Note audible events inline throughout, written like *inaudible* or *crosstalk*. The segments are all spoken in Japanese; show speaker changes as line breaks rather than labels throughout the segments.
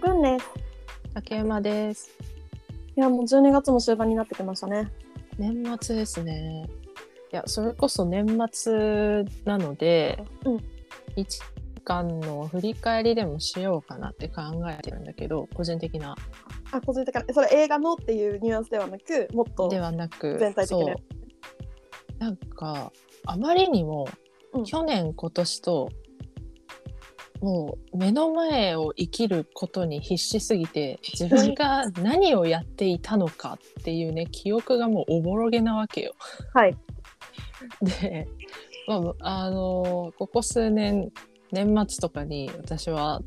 くんです。
竹山です。
いやもう12月も終盤になってきましたね。
年末ですね。いや、それこそ年末なので、
うん
1時間の振り返りでもしようかなって考えてるんだけど、個人的な
あ個人的にそれ映画のっていうニュアンスではなくもっと
ではなく、
全体的な
そう。なんか、あまりにも、
うん
去年、今年と、もう目の前を生きることに必死すぎて自分
*laughs*
が何をやっていたのかっていうね記憶がもうおぼろげなわけよ。
はい
で、まあぶ、あのここ数年年末とかに私は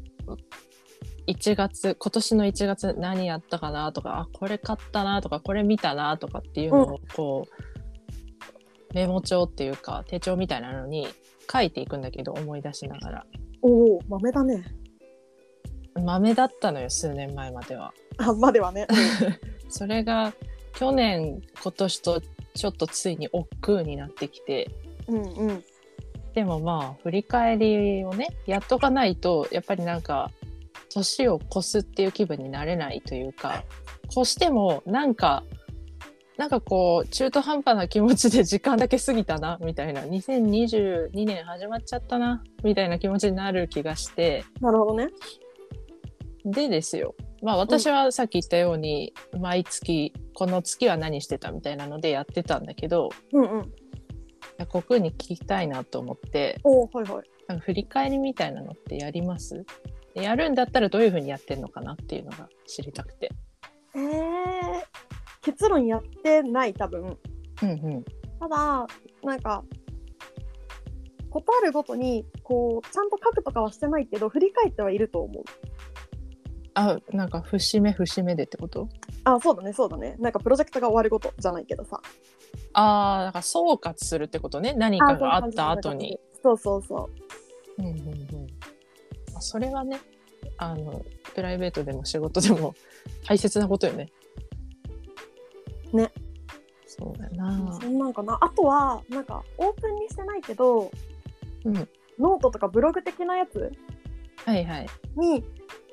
1月今年の1月何やったかなとかあこれ買ったなとかこれ見たなとかっていうのをこう、メモ帳っていうか手帳みたいなのに書いていくんだけど思い出しながら
おお豆だね。
豆だったのよ数年前までは。
あまではね。
それが去年今年とちょっとついに億劫になってきて。
うんうん。
でもまあ振り返りをねやっとかないとやっぱりなんか年を越すっていう気分になれないというか越してもなんかなんかこう中途半端な気持ちで時間だけ過ぎたなみたいな2022年始まっちゃったなみたいな気持ちになる気がして
なるほどね。
でですよまあ私はさっき言ったように毎月この月は何してたみたいなのでやってたんだけど
うんうん。
国空に聞きたいなと思って
おおはいはい。
なんか振り返りみたいなのってやりますでやるんだったらどういうふうにやってんのかなっていうのが知りたくて。
えー、結論やってない多分。
うんうん。
ただなんかことあるごとにこうちゃんと書くとかはしてないけど振り返ってはいると思う。
あ、なんか節目節目でってこと
あそうだねそうだね。なんかプロジェクトが終わることじゃないけどさ。
ああ、なんか総括するってことね。何かがあった後に。。
そうそうそう。
うんうんうん。あそれはね、あの、プライベートでも仕事でも *laughs* 大切なことよね。
ね。
そうだよな
そ。んなんかなあとはなんかオープンにしてないけど
うん。は
ノートとかブログ的なやつ
いはい。
に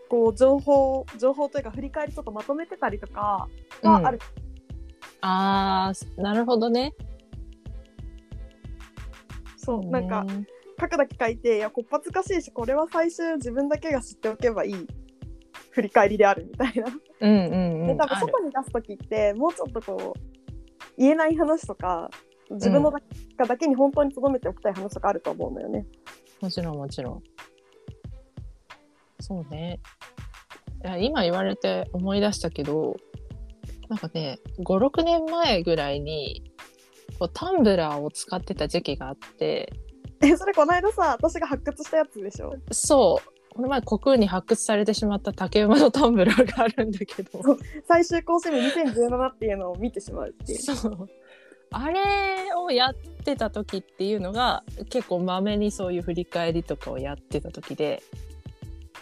こう情報情報というか振り返りちょっとまとめてたりとかはある、
ああ、なるほどね。
そうなんか
ね、
書くだけ書いていやこっぱずかしいしこれは最終自分だけが知っておけばいい振り返りであるみたいな、
うんうんう
で
ん。
多分
ある
外に出す時ってもうちょっとこう言えない話とか自分のだ,、だけに本当に留めておきたい話とかあると思うのよね。
もちろんもちろん。そうね。いや今言われて思い出したけど、なんかね、5、6年前ぐらいに、こうタンブラーを使ってた時期があって、
えそれこの間さ私が発掘したやつでしょ
そう、この前国空に発掘されてしまった竹馬のタンブラーがあるんだけど、
最終更新日2017っていうのを見てしまうっていう。
そう。あれをやってた時っていうのが結構まめにそういう振り返りとかをやってた時で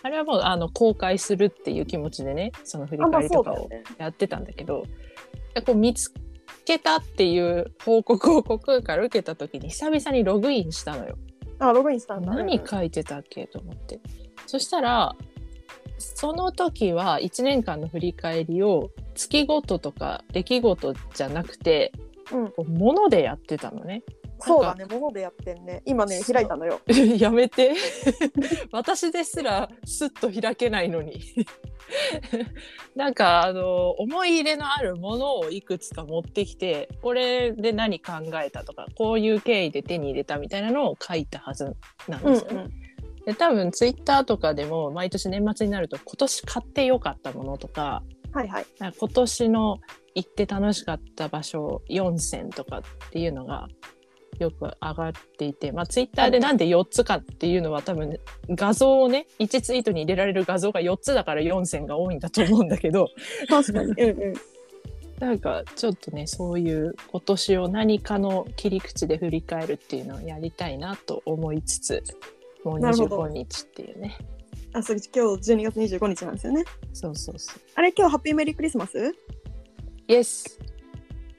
あれはもうあの公開するっていう気持ちでねその振り
あまあ
返り
そ
と
う
か
だよ
を
ね。
やってたんだけどでこう見つけたっていう報告を国空から受けた時に久々にログインしたのよ。
あログインしたんだ。
何書いてたっけと思ってそしたらその時は1年間の振り返りを月ごととか出来事じゃなくて、
うん
こう物でやってたのね *laughs*
そうだね物でやってんね。今ね
そう
開いたのよ。
やめて *laughs* 私ですらすっと開けないのに *laughs* なんかあの思い入れのあるものをいくつか持ってきてこれで何考えたとかこういう経緯で手に入れたみたいなのを書いたはずなんですよね。で多分ツイッターとかでも毎年年末になると今年買ってよかったものとか
はいはい。
なんか今年の行って楽しかった場所4選とかっていうのがよく上がっていて、まあ、ツイッターでなんで4つかっていうのは多分画像をね1ツイートに入れられる画像が4つだから4選が多いんだと思うんだけど *laughs*
確かに。 *laughs* うんうん。
なんかちょっとねそういう今年を何かの切り口で振り返るっていうのをやりたいなと思いつつもう
なるほど
25日っていうね
あそう今日12月25日なんですよね。
そうそうそう。
あれ今日ハッピーメリークリスマス？
Yes!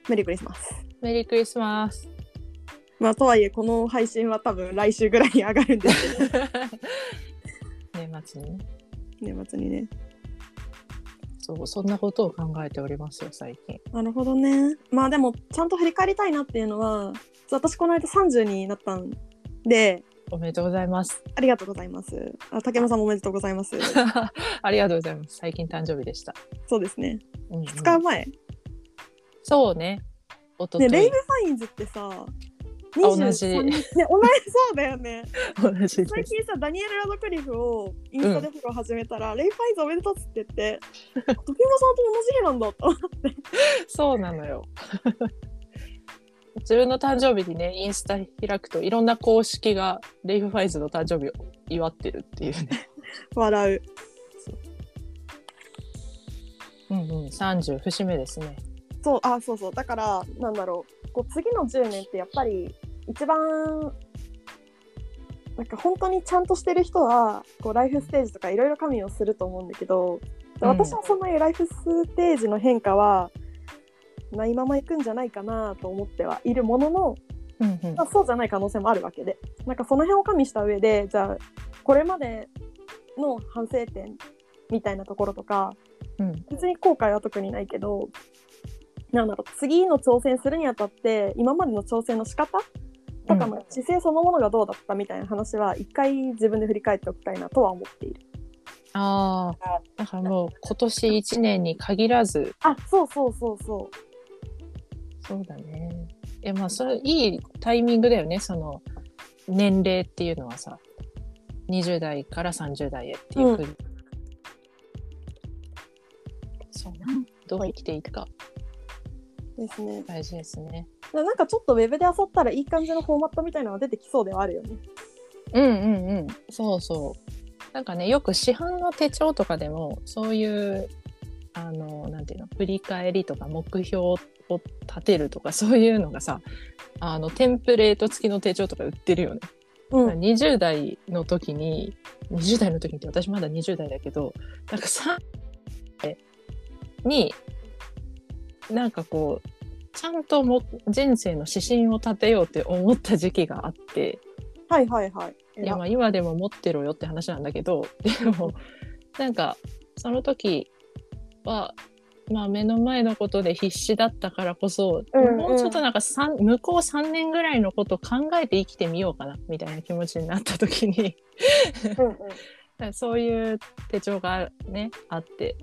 メリークリスマス。
メリークリスマ *laughs* ス
まあとはいえこの配信は多分来週ぐらいに上がるんですけど
*laughs* 年末にね。
年末にね。
そうそんなことを考えておりますよ最近
なるほどねまあでもちゃんと振り返りたいなっていうのはそう私この間30になったんで
おめでとうございます *laughs*
ありがとうございますあ竹山さんもおめでとうございます
ありがとうございます最近誕生日でした、
そうですね
うんうん
2日前、
そうねおとと
ね
い
レイブファインズってさ
同じ
23日ね同じそうだよ
*laughs*
ね
同じです
最近さダニエル・ラドクリフをインスタでフォロー始めたら、レイファインズおめでとうっつって言ってトピモさんと同じ日なんだと
そうなのよ。 *laughs* 自分の誕生日にね、インスタ開くといろんな公式がレイフ・ファイズの誕生日を祝ってるっていうね。
笑う
うんうん、30節目ですね。
そうあそうそうだからなんだろうこう次の10年ってやっぱり一番なんか本当にちゃんとしてる人はこうライフステージとかいろいろ加味をすると思うんだけど、
うん
私はそんなにライフステージの変化はないままいくんじゃないかなと思ってはいるものの、
うんうん
まあ、そうじゃない可能性もあるわけでなんかその辺を加味した上でじゃあこれまでの反省点みたいなところとか
うん
別に後悔は特にないけどなんだろう次の挑戦するにあたって今までの挑戦の仕方とかの姿勢そのものがどうだったみたいな話は一回自分で振り返っておきたいなとは思っている。
ああ、だからもう今年1年に限らず、
あそうそうそうそう
そうだね。え、まあ、それいいタイミングだよね、その年齢っていうのはさ、20代から30代へっていうふうに。そうね。どう生きていくか。
ですね。
大事ですね。
ななんかちょっとウェブで遊ったらいい感じのフォーマットみたいなのが出てきそうではあるよね。
うんうんうん。そうそう。なんかね、よく市販の手帳とかでも、そういう、あの、なんていうの、振り返りとか目標を立てるとか、そういうのがさ、あの、テンプレート付きの手帳とか売ってるよね。
うん、
20代の時に、20代の時にって私まだ20代だけど、なんかさ、に、なんかこう、ちゃんとも人生の指針を立てようって思った時期があって、
はいはいはい。
いやまあ今でも持ってろよって話なんだけど *laughs* でもなんかその時は、まあ、目の前のことで必死だったからこそ、
うんうん
もうちょっとなんか三向こう3年ぐらいのことを考えて生きてみようかなみたいな気持ちになった時に
うんうん
そういう手帳が、ね、あって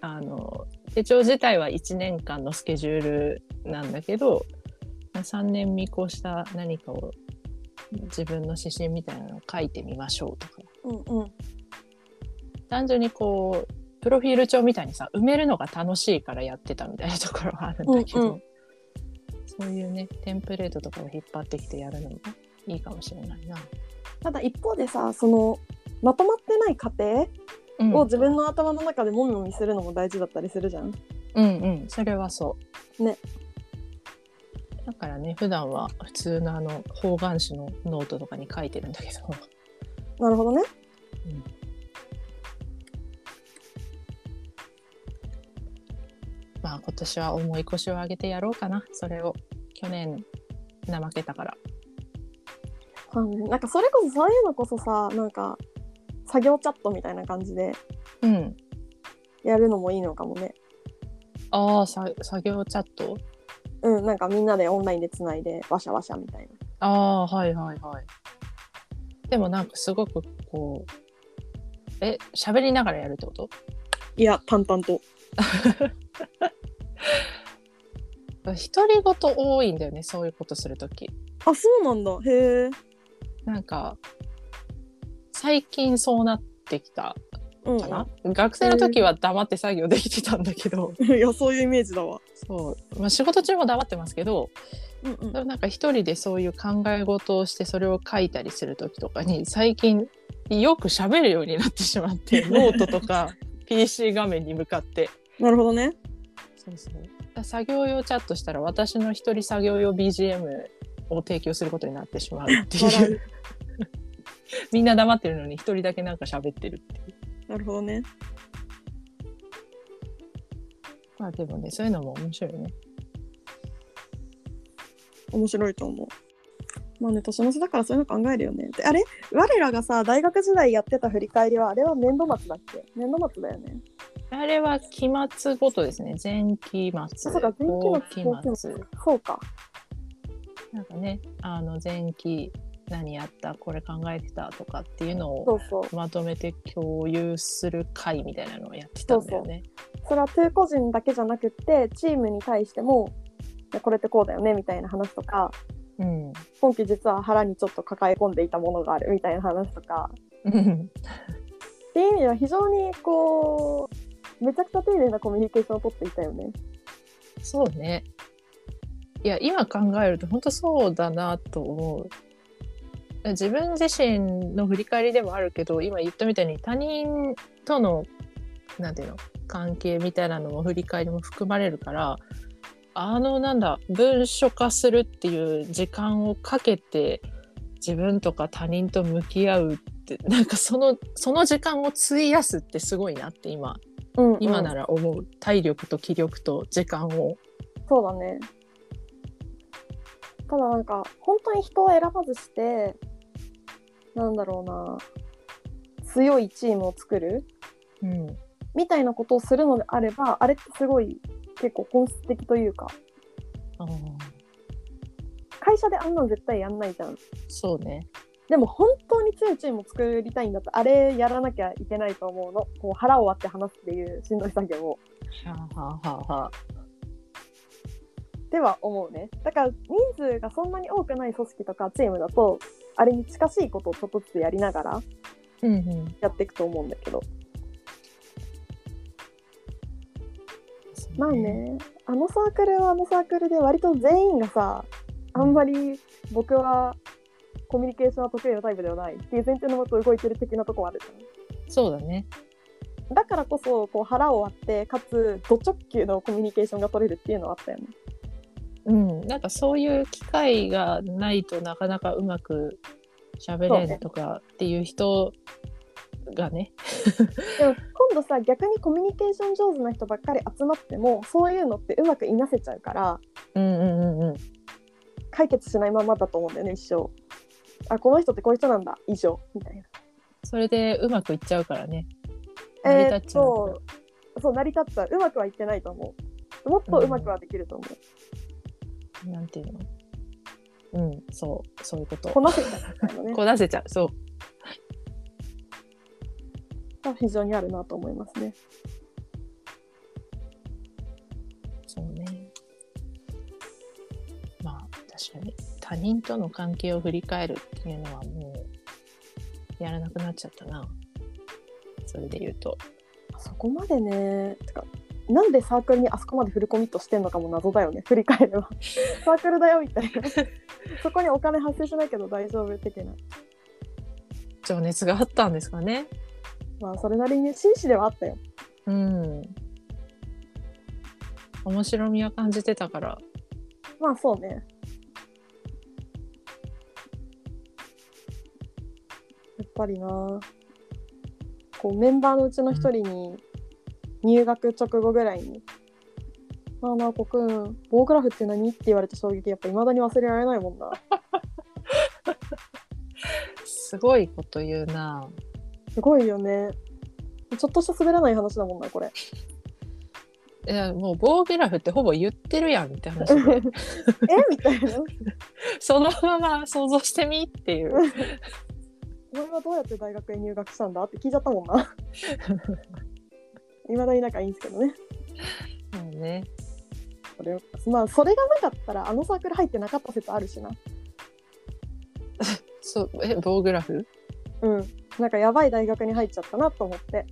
あの手帳自体は1年間のスケジュールなんだけど3年見越した何かを自分の指針みたいなのを書いてみましょうとか
うんうん
単純にこうプロフィール帳みたいにさ埋めるのが楽しいからやってたみたいなところはあるんだけど、
うんうん
そういうねテンプレートとかを引っ張ってきてやるのもいいかもしれないな。
ただ一方でさそのまとまってない過程
うん、
を自分の頭の中でもみもみするのも大事だったりするじゃん。
うんうんそれはそう。
ね。
だからね普段は普通のあの方眼紙のノートとかに書いてるんだけど *laughs*
なるほどね。
うんまあ今年は重い腰を上げてやろうかなそれを去年怠けたから。
そうねなんかそれこそそういうのこそさなんか作業チャットみたいな感じで
うん
やるのもいいのかもね。
ああ、さ作業チャット
うんなんかみんなでオンラインでつないでわしゃわしゃみたいな。
ああ、はいはいはい。でもなんかすごくこう、え、喋りながらやるってこと
いや淡々と。
独り言多いんだよね、そういうことするとき。
あそうなんだ。へえ。
なんか、最近そうなってきた
うん、
かな、学生の時は黙って作業できてたんだけど、
*laughs* いやそういうイメージだわ。
そう、まあ、仕事中も黙ってますけど、
うんうん
でもなんか一人でそういう考え事をしてそれを書いたりする時とかに最近よく喋るようになってしまって
*laughs*
ノートとか PC 画面に向かって
なるほどね。
そうそうだから作業用チャットしたら私の一人作業用 BGM を提供することになってしまうって
笑
いう *laughs* みんな黙ってるのに一人だけなんか喋ってるっていう
なるほどね。
まあでもねそういうのも面白いよね
面白いと思う。まあね年の瀬だからそういうの考えるよね。であれ我らがさ大学時代やってた振り返りはあれは年度末だっけ年度末だよね。
あれは期末ごとですね。前期末、
そうか前期
後
末
期
後期
末
末。そうか
なんかね、あの前期何やった、これ考えてたとかっていうの
そ
を
うそう
まとめて共有する会みたいなのをやってたんだよね。
それはトゥー個人だけじゃなくってチームに対してもいやこれってこうだよねみたいな話とか
うん。
今期実は腹にちょっと抱え込んでいたものがあるみたいな話とか
うん。
っていう意味では非常にこうめちゃくちゃ丁寧なコミュニケーションを取っていたよね。
そうね。いや、今考えると本当そうだなと思う。自分自身の振り返りでもあるけど、今言ったみたいに他人との、なんていうの、関係みたいなのも振り返りも含まれるから、あの、なんだ、文書化するっていう時間をかけて、自分とか他人と向き合うって、なんかその、その時間を費やすってすごいなって今、
うん
今な
ら
ら思う。体力と気力と時間を。
そうだね。ただなんか本当に人を選ばずしてなんだろうな強いチームを作る
うん
みたいなことをするのであればあれってすごい結構本質的というか
あー
会社であんなん絶対やんないじゃん。
そうね。
でも本当に強いチームを作りたいんだったらあれやらなきゃいけないと思うのこう腹を割って話すっていうしんどい作業を。
はあ、はあはあはあ、
では思うねだから人数がそんなに多くない組織とかチームだとあれに近しいことをちょっとずつやりながら
うんうん。
やっていくと思うんだけど
そう
まあ。ねあのサークルはあのサークルで割と全員がさあんまり僕はコミュニケーションは得意なタイプではないっていう前提のもと動いてる的なとこはあるじゃ
そうだね。
んだからこそこう腹を割ってかつド直球のコミュニケーションが取れるっていうのはあったよね
うん。なんかそういう機会がないとなかなかうまく喋れんとかっていう人がね。
でも今度さ逆にコミュニケーション上手な人ばっかり集まってもそういうのってうまくいなせちゃうから
うんうんうんうん。
解決しないままだと思うんだよね一生あこの人ってこういう人なんだ以上みたいな
それでうまくいっちゃうからね。成り立
え
っ
ー
ちゃうから
とそう成り立っちゃううまくはいってないと思うもっとうまくはできると思う、
なんていうのうん、そう、そういうこと。
こなせちゃうみたいなね
こなせちゃう。そう。
が非常にあるなと思いますね
そうね。まあ確かに他人との関係を振り返るっていうのはもうやらなくなっちゃったな。それで言うと。
そこまでねてかなんでサークルにあそこまでフルコミットしてんのかも謎だよね振り返ればサークルだよみたいなそこにお金発生しないけど大丈夫的な
情熱があったんですかね。
まあそれなりに紳士ではあったよ
うん。面白みは感じてたから。
まあそうね。やっぱりなこうメンバーのうちの一人に入学直後ぐらいに「まあなあこくん棒グラフって何?」って言われた衝撃やっぱいまだに忘れられないもんな。
すごいこと言うな。
すごいよね。ちょっとした滑らない話だもんなこれ。
いやもう棒グラフってほぼ言ってるやんって話
え
で
*laughs*
*laughs*
みたいな。
そのまま想像してみっていう。
お前はどうやって大学へ入学したんだって聞いちゃったもんな。 *laughs* いまだに仲いいんですけどね。
そうね。
それまあそれがなかったらあのサークル入ってなかった説あるしな
そうえ棒グラフ
うんなんかやばい大学に入っちゃったなと思って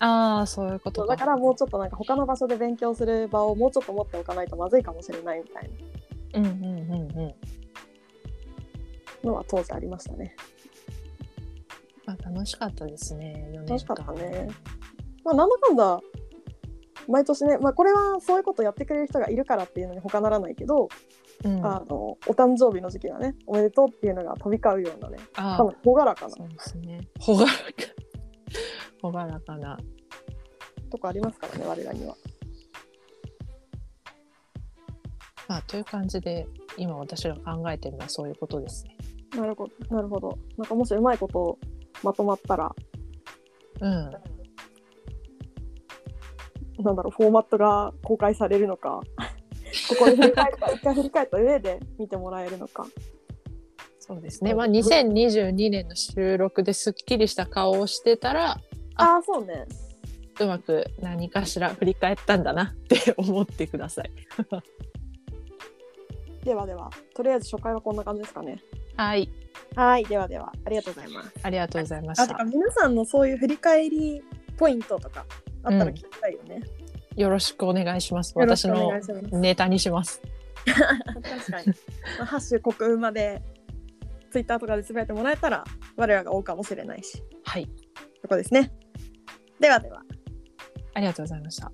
ああそういうこと
そう
か。
だからもうちょっとなんか他の場所で勉強する場をもうちょっと持っておかないとまずいかもしれないみたい
うんうんうんうん。
なのは当時ありましたね
まあ、楽しかったですね。4年間
楽しかったね。まあなんだかんだ毎年ね、まあ、これはそういうことやってくれる人がいるからっていうのに他ならないけど、
うん、
あ
あ
のお誕生日の時期はねおめでとうっていうのが飛び交うようなね
あ
かなり朗らかな
そうですね。ほがらか。ほがらかな。
とこありますからね我らには
まあ、という感じで、今私が考えてるのはそういうことですね。
なるほどなるほどなんかもしうまいことまとまったら
うん。
なんだろうフォーマットが公開されるの *laughs* かここで振り返った一回振り返った上で見てもらえるのか
そうですね。まあ、2022年の収録ですっきりした顔をしてたら、
ああそうね
うまく何かしら振り返ったんだなって思ってください。
ではではとりあえず初回はこんな感じですかね
はい。
はいではではありがとうございます
ありがとうございま
あ
してた
か。皆さんのそういう振り返りポイントとかあったら聞きたいよね、
よろしくお願いします。
よろ
私
しくお願
の
いします
ネタにします。
確かに、まあ、ハッシュ国馬でツイッターとかでつぶやいてもらえたら我らが追うかもしれないし
はい。
そこですねではでは
ありがとうございました。